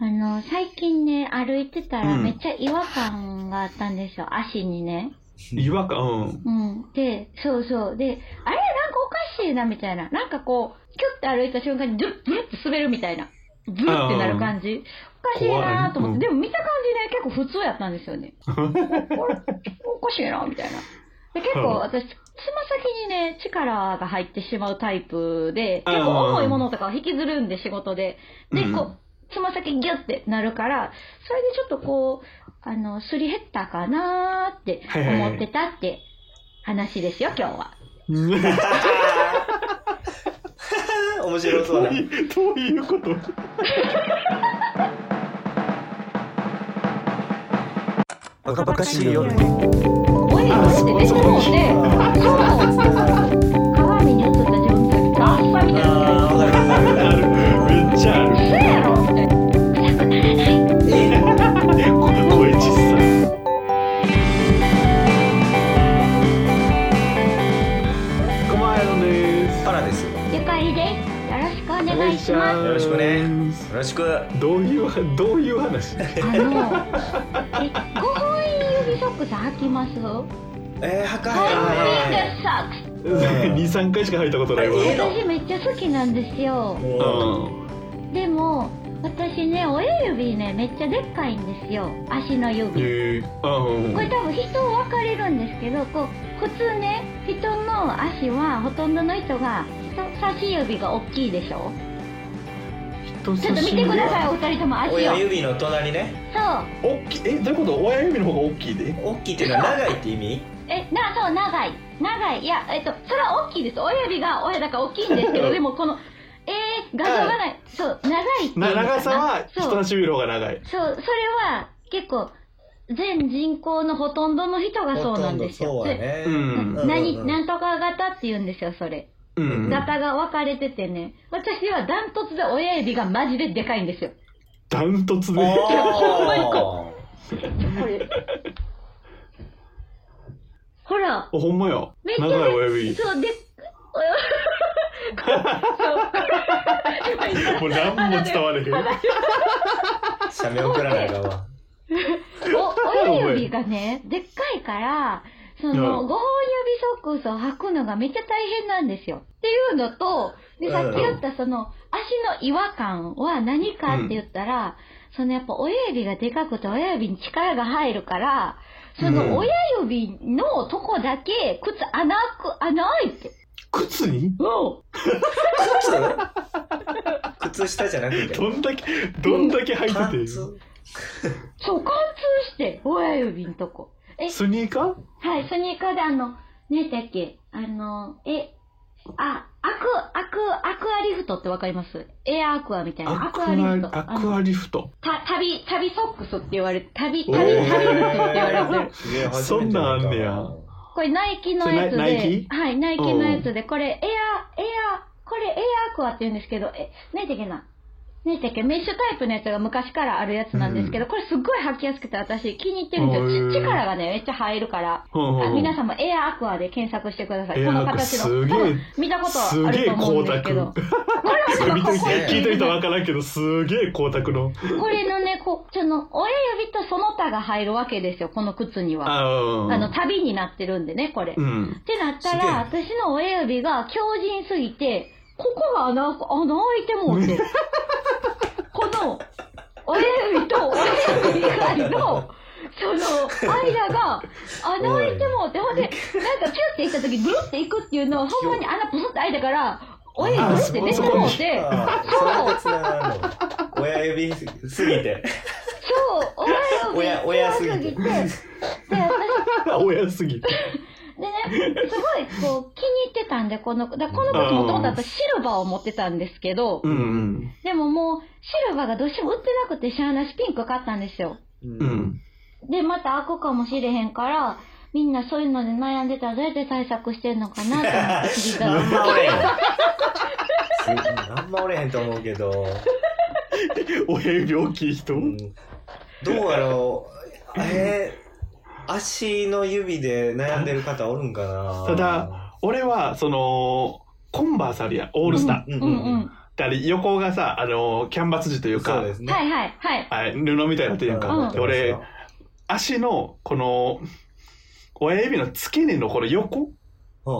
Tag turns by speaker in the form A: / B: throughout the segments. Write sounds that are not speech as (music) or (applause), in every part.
A: の、最近ね、歩いてたら
B: うん
A: めっちゃ違和感があったんですよ、足にね。
B: 違和感、うん。
A: うん。で、そうそう。で、あれなんかおかしいな、みたいな。なんかこう、キュッて歩いた瞬間に、ドゥッ、ブルッて滑るみたいな。ブルッてなる感じ。おかしいなと思って、でも見た感じね、結構普通やったんですよね。これ、おかしいな、みたいな。で結構
B: うん
A: 私、つま先にね、力が入ってしまうタイプで、
B: うん
A: 結構重いものとかを引きずるんで、仕事で。で、
B: うん
A: こう、つま先ギュッてなるから、それでちょっとこう、あの、すり減ったかなーって思ってたって話ですよ、今日は。
C: 面白そう
B: ど
C: だ
B: う。いうどういうこと
D: バ
A: カバカしい夜
D: に
A: おいおいって出てもうて、そう、鏡に映った自分たちガッサみたいな。
C: あーわかるわかる
B: あるめっちゃある。
A: 嘘やろみたいな。臭くならない。
B: こ声小さい。こまえろです。
C: パラです。よ
A: ゆかりです。よろしくお願いします。
C: ろしくね。ろしく。
B: どういうどういう話？
A: あの、え、五本指ソックス履きます。本
C: えー、はか
A: 当
C: へ
A: にサック
C: ん。
B: (laughs) 二三回しか入ったことないわ。
C: え
A: ス。私めっちゃ好きなんですよ。
C: も
A: でも、私ね、親指ね、めっちゃでっかいんですよ。足の
B: うん。
A: 指。
B: ええ。うん
A: これ多分人分かれるんですけど、こう、普通ね、人の足は、ほとんどの人が、人差し指が大きいでしょ
B: 人
A: ちょっと見てください、お二人とも
C: う
A: 足を。
C: 親
A: そう。
C: 指の隣ね。
B: 大きいえどういうこと？親指の方が大きいで？
C: 大きいっていうのは長いって意味
A: え、な、そう、長い。長い。いや、えっと、それは大きいです。親指が、親だから大きいんですけど、でもこの、えー、画像がない。そう、長いっていうの
B: な
A: かな。
B: 長さは
A: そう
B: 人差し指の方が長い。
A: そう、それは結構、全人口のほとんどの人が (laughs) そうなんですよ。
C: ほとんどそうやね。
B: うん
A: で何、
C: うんうん
A: なんとか型って言うんですよ、それ。
B: うん
A: 型が分かれててね。私はダントツで親指がマジででかいんですよ。
B: ダントツで。
C: あ
A: これ。 (laughs) ほら、
B: ほんまよ
A: めっ。ちゃで
B: 長い親指。
A: そう、
B: (laughs)
A: (laughs) で、
B: もう何も伝われへん。
C: ー写メ送らないかわ。
B: (laughs)
A: お親指がね、でっかいから、その、
B: うん
A: 5本指ソックスを履くのがめっちゃ大変なんですよ。っていうのと、で、さっき言ったその、足の違和感は何かって言ったら、そのやっぱ親指がでかくて親指に力が入るから、その親指のとこだけ靴穴開く、穴開いて。
B: 靴に？
A: うん。
C: 靴靴下じゃなくて。
B: どんだけどんだけ履いてて
C: パン
B: る。
C: ツ
A: そう、貫通して、親指のとこ。え、
B: スニーカー？
A: はい、スニーカーであの、ねえだっけ、あの、え、あ、アク、アク、アクアリフトってわかりますエアアクアみたいな。アクアリフト。
B: ア
A: あ
B: ク
A: の
B: アリフト。
A: た、旅、旅ソックスって言われて、旅、旅、旅
B: え
A: ソ
B: ー
A: ックスって言わ
C: (laughs)
A: れてる。
C: すげえ初
B: そ
C: め
B: ん
C: て
B: なんあ
C: 見た
B: んねや
A: これナイキのやつで。
B: それナイナイキ
A: はい、ナイキのやつで、これエア、エア、これエアアクアって言うんですけど、え、ねえだっけな。ねえだっけ、メッシュタイプのやつが昔からあるやつなんですけど、これすっごい履きやすくて私気に入ってるんですよ。
B: へー
A: ち力がね、めっちゃ入るから。
B: うんう
A: あ
B: んうん
A: 皆さんもエアアクアで検索してください。
B: エ
A: こ
B: ア
A: の
B: アクア
A: 形の。
B: すげえ
A: 多分見たことあると思うんですけど。
B: す
A: これはすごい
B: 見てる人
A: かっこい
B: 聞いてる人
A: い
B: 分からんけどすげえ光沢の
A: これのね、こその親指とその他が入るわけですよ、この靴には。あ
B: あうん
A: の、旅になってるんでね、これ。
B: う
A: っ (laughs)
B: ん
A: てなったら、私の親指が強靭すぎて、ここが穴開く穴開いてもう
C: (laughs)
A: て。この、親指と親指以外の、その、間が、穴開いてもうて、ほんで、なんかキュッて行った時、ブルって行くっていうのは、ほんまに穴プスって開いたから、親指ブルって出てもうて、
C: あーそれで繋がるの。親指すぎて。
A: そう、親指
C: 親親
A: が
C: すぎ
A: 強
C: て
A: すぎて、で、私、
B: 親すぎて
A: でね、すごい、こう、気に入ってたんで、この、だからこの靴もともと私、シルバーを持ってたんですけど
B: う、ん
A: でももう、シルバーがどうしても売ってなくて、シャーナシピンク買ったんですよ。
B: うんうん
A: で、また開くかもしれへんから、みんなそういうので悩んでたらどうやって対策してんのかなと思って聞いた
C: あ
A: ら
C: ん。まおれへん。あんまおれへんと思うけど。
B: 親指大きい人
C: うんどうやろう。えー、足の指で悩んでる方おるんか
B: (laughs)
C: な。
B: ただ、俺はそのコンバースあるやんオールスタ
C: うん
A: うんうん。
B: たり、横がさ、あのーキャンバス地という
C: そ
B: か
C: う、ですね。
A: はいはいはい。
B: あれ布みたいになってるやんか。
A: うん
B: で俺、足の、この、親指の付け根のこの横
C: う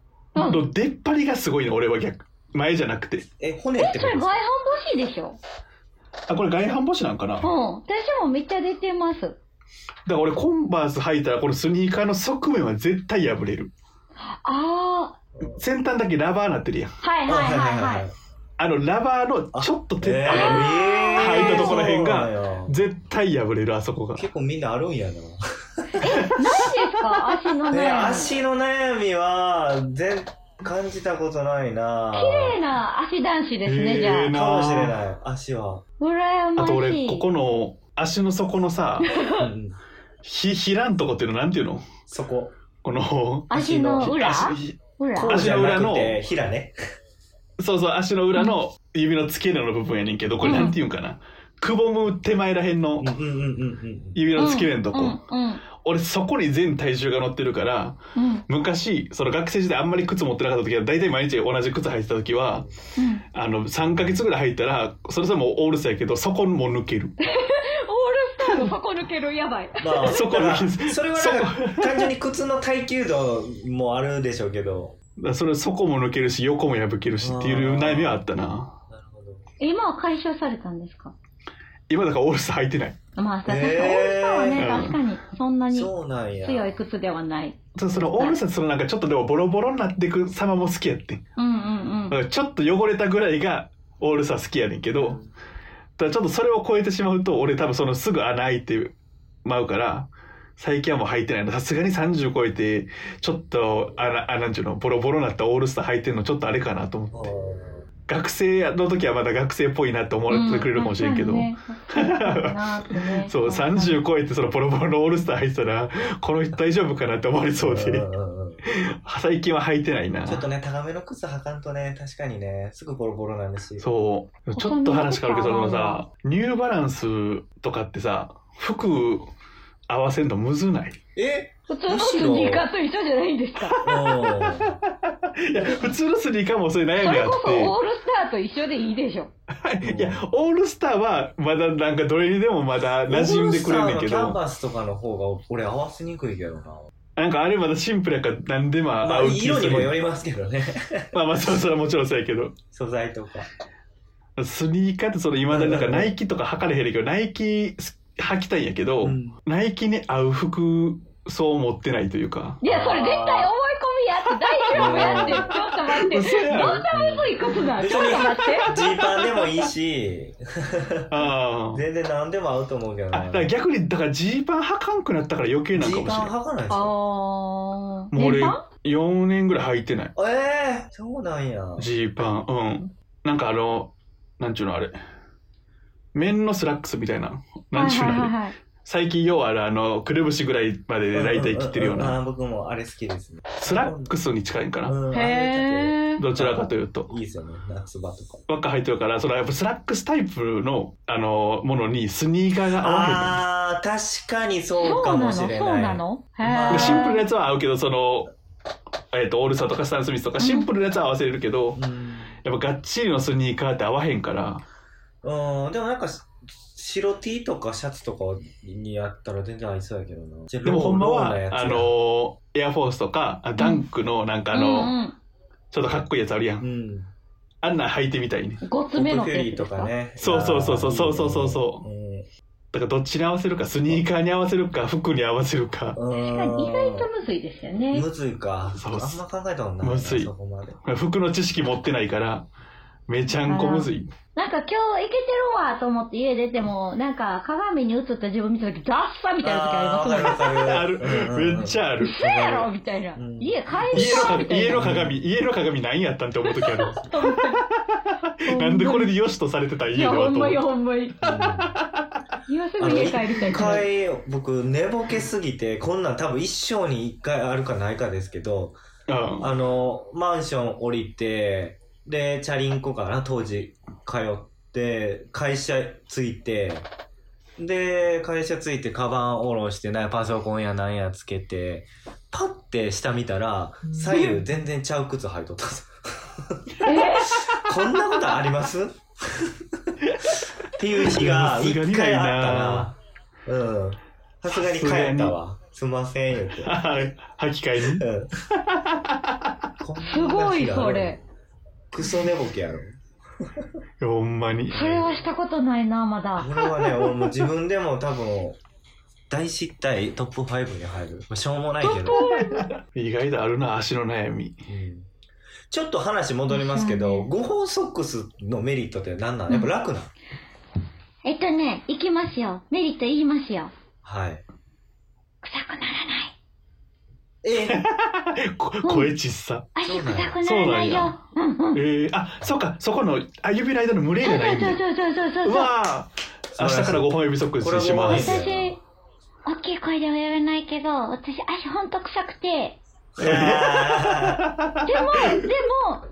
C: ん
A: うん
B: の出っ張りがすごいね、俺は逆。前じゃなくて。
C: え、骨って
A: え、
C: こ
A: そ
C: と
A: れ外
C: です
A: 反母
C: か
A: 趾でしょ
B: あ、これ外反母趾なんかな。
A: うん。私もめっちゃ出てます。
B: だから俺コンバース履いたらこのスニーカーの側面は絶対破れる
A: あ
B: 先端だけラバーなってるやん
A: ー、はいはいはいはい。
B: あのラバーのちょっと
C: え
B: 手、
C: ー、
B: あの
A: ー
B: 履いたところへんが
C: そうなんや
B: 絶対破れるあそこが
C: 結構みんなあるんやな。
A: 何ですか足の
C: え
A: 悩み。綺
C: 足の悩みは、全、感じたことないな
A: 麗な足男子です
B: え
A: ね、
B: ー
A: じゃあ。
B: な
C: かもしれない、足は。
A: 羨ま
B: あ
A: しい。
B: と俺ここの足の底のさひひらんとこっていうのなんていうの
C: そこ。
B: この
A: 足の裏
B: 足ひ
A: 裏
C: こうじゃなくて、ひらね。
B: そうそう足の裏の指の付け根の部分やねんけどこれなんていうんかな、くぼむ手前らへんの
C: うんうんうんうん
B: 指の付け根のとこ、
A: うんうん
B: 俺そこに全体重が乗ってるから、
A: うん
B: 昔その学生時代あんまり靴持ってなかった時は大体毎日同じ靴履いてた時は
A: うん。
B: あの3ヶ月ぐらい履いたらそれさもうオールスターやけどそこも抜ける
A: オールスターの底抜けるやばい。
C: うん。まあ、
B: そこ
C: だから
B: だけ
C: それはなんか、単純に靴の耐久度もあるでしょうけど。
B: それそこも抜けるし横も破けるしっていう悩みはあったな
C: なるほど。
A: 今は解消されたんですか
B: 今だからオールスター履いてない
A: まあ、確かに、
C: えー
A: オールスターはね、確かに、そんなに
C: そうなんや。
A: 強い靴ではない。
B: そそのオールスターそのなんかちょっとでもボロボロになってく様も好きやってん
A: うんうんうん。
B: だからちょっと汚れたぐらいがオールスター好きやねんけどただちょっとそれを超えてしまうと俺多分そのすぐ穴開いてまうから最近はもう履いてないのさすがに30超えてちょっと穴あなんちゅうのボロボロになったオールスター履いてるのちょっとあれかなと思う
C: あー
B: 学生の時はまだ学生っぽいなって思われてくれるかもしれんけど、
A: うんうん確かにね
B: (laughs) そう30超えてそのボロボロのオールスター履いてたらこの人大丈夫かなって思われそうで
C: んうんうん
B: 最近は履いてないな
C: ちょっとね、高めの靴履かんとね、確かにね、すぐボロボロなんですし。
B: そうちょっと話変わるけどそのさニューバランスとかってさ服合わせんのむずない
C: え
A: 普通のスニーカーと一緒じゃないん
B: (laughs)
A: ですか
C: う
B: いや、普通のスニーカーもそういう悩
A: そ
B: み
A: れ
B: あっ
A: こそオ
B: て
A: ールスターと一緒でいいでしょ。
B: はい。いや、オールスターは、まだなんかどれにでもまだ馴染んでくれんねんけ
C: オールスターのキャ
B: ど、
C: ンバスとかの方が俺合わせにくいけどな。
B: なんかあれまだシンプルやから何でも
C: まあ、
B: 合う気
C: 色
B: す
C: に
B: る。
C: もよりますけどね。
B: まあまあ、そうそれはもちろんそうやけど。
C: 素材とか。
B: スニーカーってその未だになんかナイキとか履かれへんねんけど、ナイキ履きたいんやけど、
C: うん
B: ナイキに合う服装を持ってないというか。
A: いや、それ絶対思い込みやって、大丈夫やって、ちょっと待って。
B: 嘘やろ
A: どんな薄い靴だちょっと待って。
C: ジーパンでもいいし、
B: ああ。
C: 全然何でも合うと思うけど
B: あ、
C: な。
B: だから逆に、だからジーパン履かんくなったから余計なん
C: ジ
B: かも
C: ー
B: しれ
C: パ
B: ない。
C: ン履かないで
A: (laughs)
C: す
A: あ
C: よ。
A: ー。
B: もう俺
A: 全般、
B: 4年ぐらい履いてない。
C: ええー、そうなんや。
B: ジーパン、うん。なんかあの、なんちゅうのあれ。面のスラックスみたいな。なんちゅうのあれ。
A: はいはいはいはい
B: 最近ようあるあの、くるぶしぐらいまでで大体切ってるよう
C: あ
B: な。
C: ー僕もあれ好きですね。
B: スラックスに近いんかな。
C: うん
A: へー。
B: どちらかというと。
C: いいですよね、夏場とか。
B: 若履いてるから、そのやっぱスラックスタイプの、あの、ものにスニーカーが合わ
C: あー、確かに
A: そ
C: そう
A: うな
C: かも
A: の
C: し
A: そう
C: れない。
A: なのへ
B: へん
A: ー
B: ねん。シンプルなやつは合うけど、その、えっ、と、オールスターとかスタン・スミスとか、シンプルなやつは合わせれるけど、
C: うん
B: やっぱがっちりのスニーカーって合わへんから、
C: うん、でもなんか、し白 T とかシャツとかにやったら全然合いそうやけどな。
B: でもほんまは
C: ローなやつ、や
B: あのー、エアフォースとか、あダンクのなんかあの、
A: うん
B: ちょっとかっこいいやつあるやん。
C: うん。
B: あんなん履いてみたいね。
A: うん。ご
C: ポ
A: つめ
C: ップ
A: の
C: フェリーとか
A: ね。
C: ね。。
B: そうそうそうそうそうそうそうそうだからどっちに合わせるか、スニーカーに合わせるか、服に合わせるか。
C: う
A: 確
C: ん。
A: かに意外とむずいですよね。
C: むずいか。
B: そうっ
C: あん
B: す
C: ま考えたもんないな。
B: むずい
C: そこまで。
B: 服の知識持ってないから、めちゃんこむずい。
A: なんか今日いけてるわと思って家出ても、なんか鏡に映った自分見た時、ダッサみたいな時あり
C: あ
A: ま
C: ー
A: す
C: わ
A: も
C: か
A: ん
C: る
A: ね
C: わかる。
B: ある、めっち
C: ゃ。
B: ゃある。
A: 嘘やろみたいな。
C: うん
A: 家帰り
B: 家
A: た
B: のか
A: みたいな。
B: 家の鏡、家の鏡何やったんって思う時ある。
A: ほんま
B: なんでこれで良しとされてた
A: い
B: 家で
A: や、
B: は
A: ほ
B: と
A: ん
B: 思
A: ま
B: う
A: に。ほんまに。今すぐ家帰りたい
C: 一
A: から。
C: 回、僕、寝ぼけすぎて、こんなん多分一生に一回あるかないかですけど、
B: うん
C: あの、マンション降りて、で、チャリンコかな、当時、通って、会社着いて、で、会社着いて、カバン下ろして、なパソコンやなんやつけて、パッて下見たら、左右全然ちゃう靴履いとったんです。
A: え
C: こんなことありますっていう日が
B: さすがに
C: 一
B: ない
C: 回
B: な
C: あったな。うん。さすがに帰ったわ。すんません、言って。
B: (laughs) はい吐き替えに
C: うん。
A: すごい、それ。。
C: クソ寝ぼけやろ。
B: ほんまに
A: それはしたことないな、まだ。
C: 俺
A: (laughs)
C: はね、俺もう自分でも多分、大失態トップ5に入る。まあしょうもないけど。
B: 意外とあるな足の悩み
C: うんちょっと話戻りますけど、5本ソックスのメリットって何なのやっぱ楽なの
A: えっとね、行きますよ。メリット言いますよ。
C: はい。
A: 臭くならない。 (laughs)
C: え
B: こ声ちっさ
A: 足臭く
B: そ
A: なら
B: うな
A: なんいよ
B: や。
A: うんうん。
B: えー、あそっかそこのあ指の間の群れ
A: そ
B: が
A: う
B: ないんだ
A: そうそうそうそう
B: う
A: そう。
B: わー明日から5本指ソックスにしま
C: これは
B: す
C: もう
A: 私、大きい声では言わないけど、私足ほんと臭くて。
C: ー
A: でも、でも、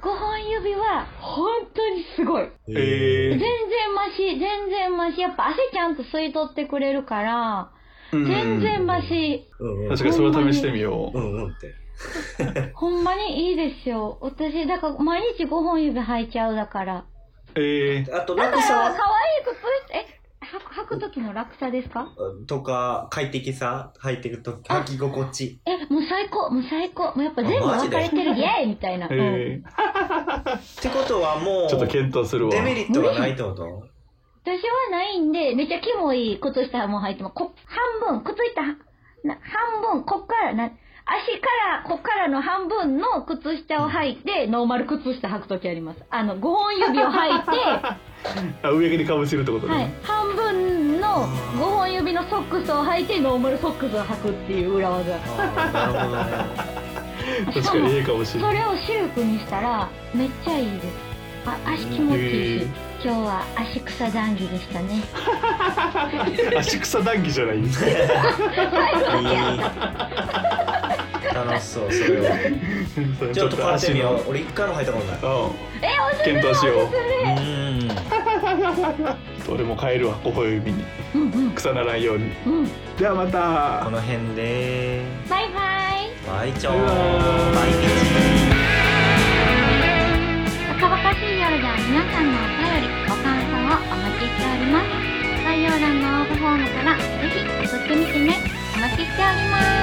A: 5本指は本当にすごい。
B: え
A: 全然マシ、全然マシ。やっぱ汗ちゃんと吸い取ってくれるから、
B: うん
A: 全然マシ。
C: うんうん
B: 確かにそれは試してみよう
C: うんうんって。
A: ほんまにいいですよ。私、だから毎日5本指履いちゃうだから。
B: え
C: あと、
A: だか
C: 楽
A: ら、可愛
C: さ
A: い靴、え、履く履く時の楽さですか
C: とか、快適さ、履いてると、履き心地。
A: え、もう最高、もう最高。もうやっぱ全部
C: あマジ
A: 分
C: で
A: かれてる、イエーイみたいな。
B: ー、
A: うん
B: え
C: ってことはもう、
B: ー、ちょっと検討するわ
C: デメリットがないってこと
A: 私はないんで、めっちゃキモい靴下も履いてます。こ半分、靴下、な半分、こっから、な足から、こっからの半分の靴下を履いて、ノーマル靴下履くときあります。あの、5本指を履いて、は
B: あ上にかぶせるってことね、
A: い、半分の5本指のソックスを履いて、ノーマルソックスを履くっていう裏技。
C: あーなるほどね。
B: 確かにええかもし
A: そ
B: れない
A: れをシルクにしたら、めっちゃいいです。あ、足気持ちいいし
B: へえ、
A: 今日は足草談義でしたね。 (laughs)
B: 足草談義じゃ
C: (laughs)
B: ないんですか
C: いい楽しそう、それは。ちょっと買ってみよう。俺一回も履いたことない。
B: う
A: え、おすすめ
B: 検討しよう
A: おすすめ
C: うん。
B: ん俺も帰るわ小小指に
A: うん
B: 草ならんように
A: うんうん。
B: ではまた
C: この辺で、
A: バイバイ。
C: バイチョー
B: バイバイ
C: バイビー
A: バカバカしい夜では皆さんのお便り、ご感想をお待ちしております。概要欄の応募フォームからぜひ送ってみてね。お待ちしております。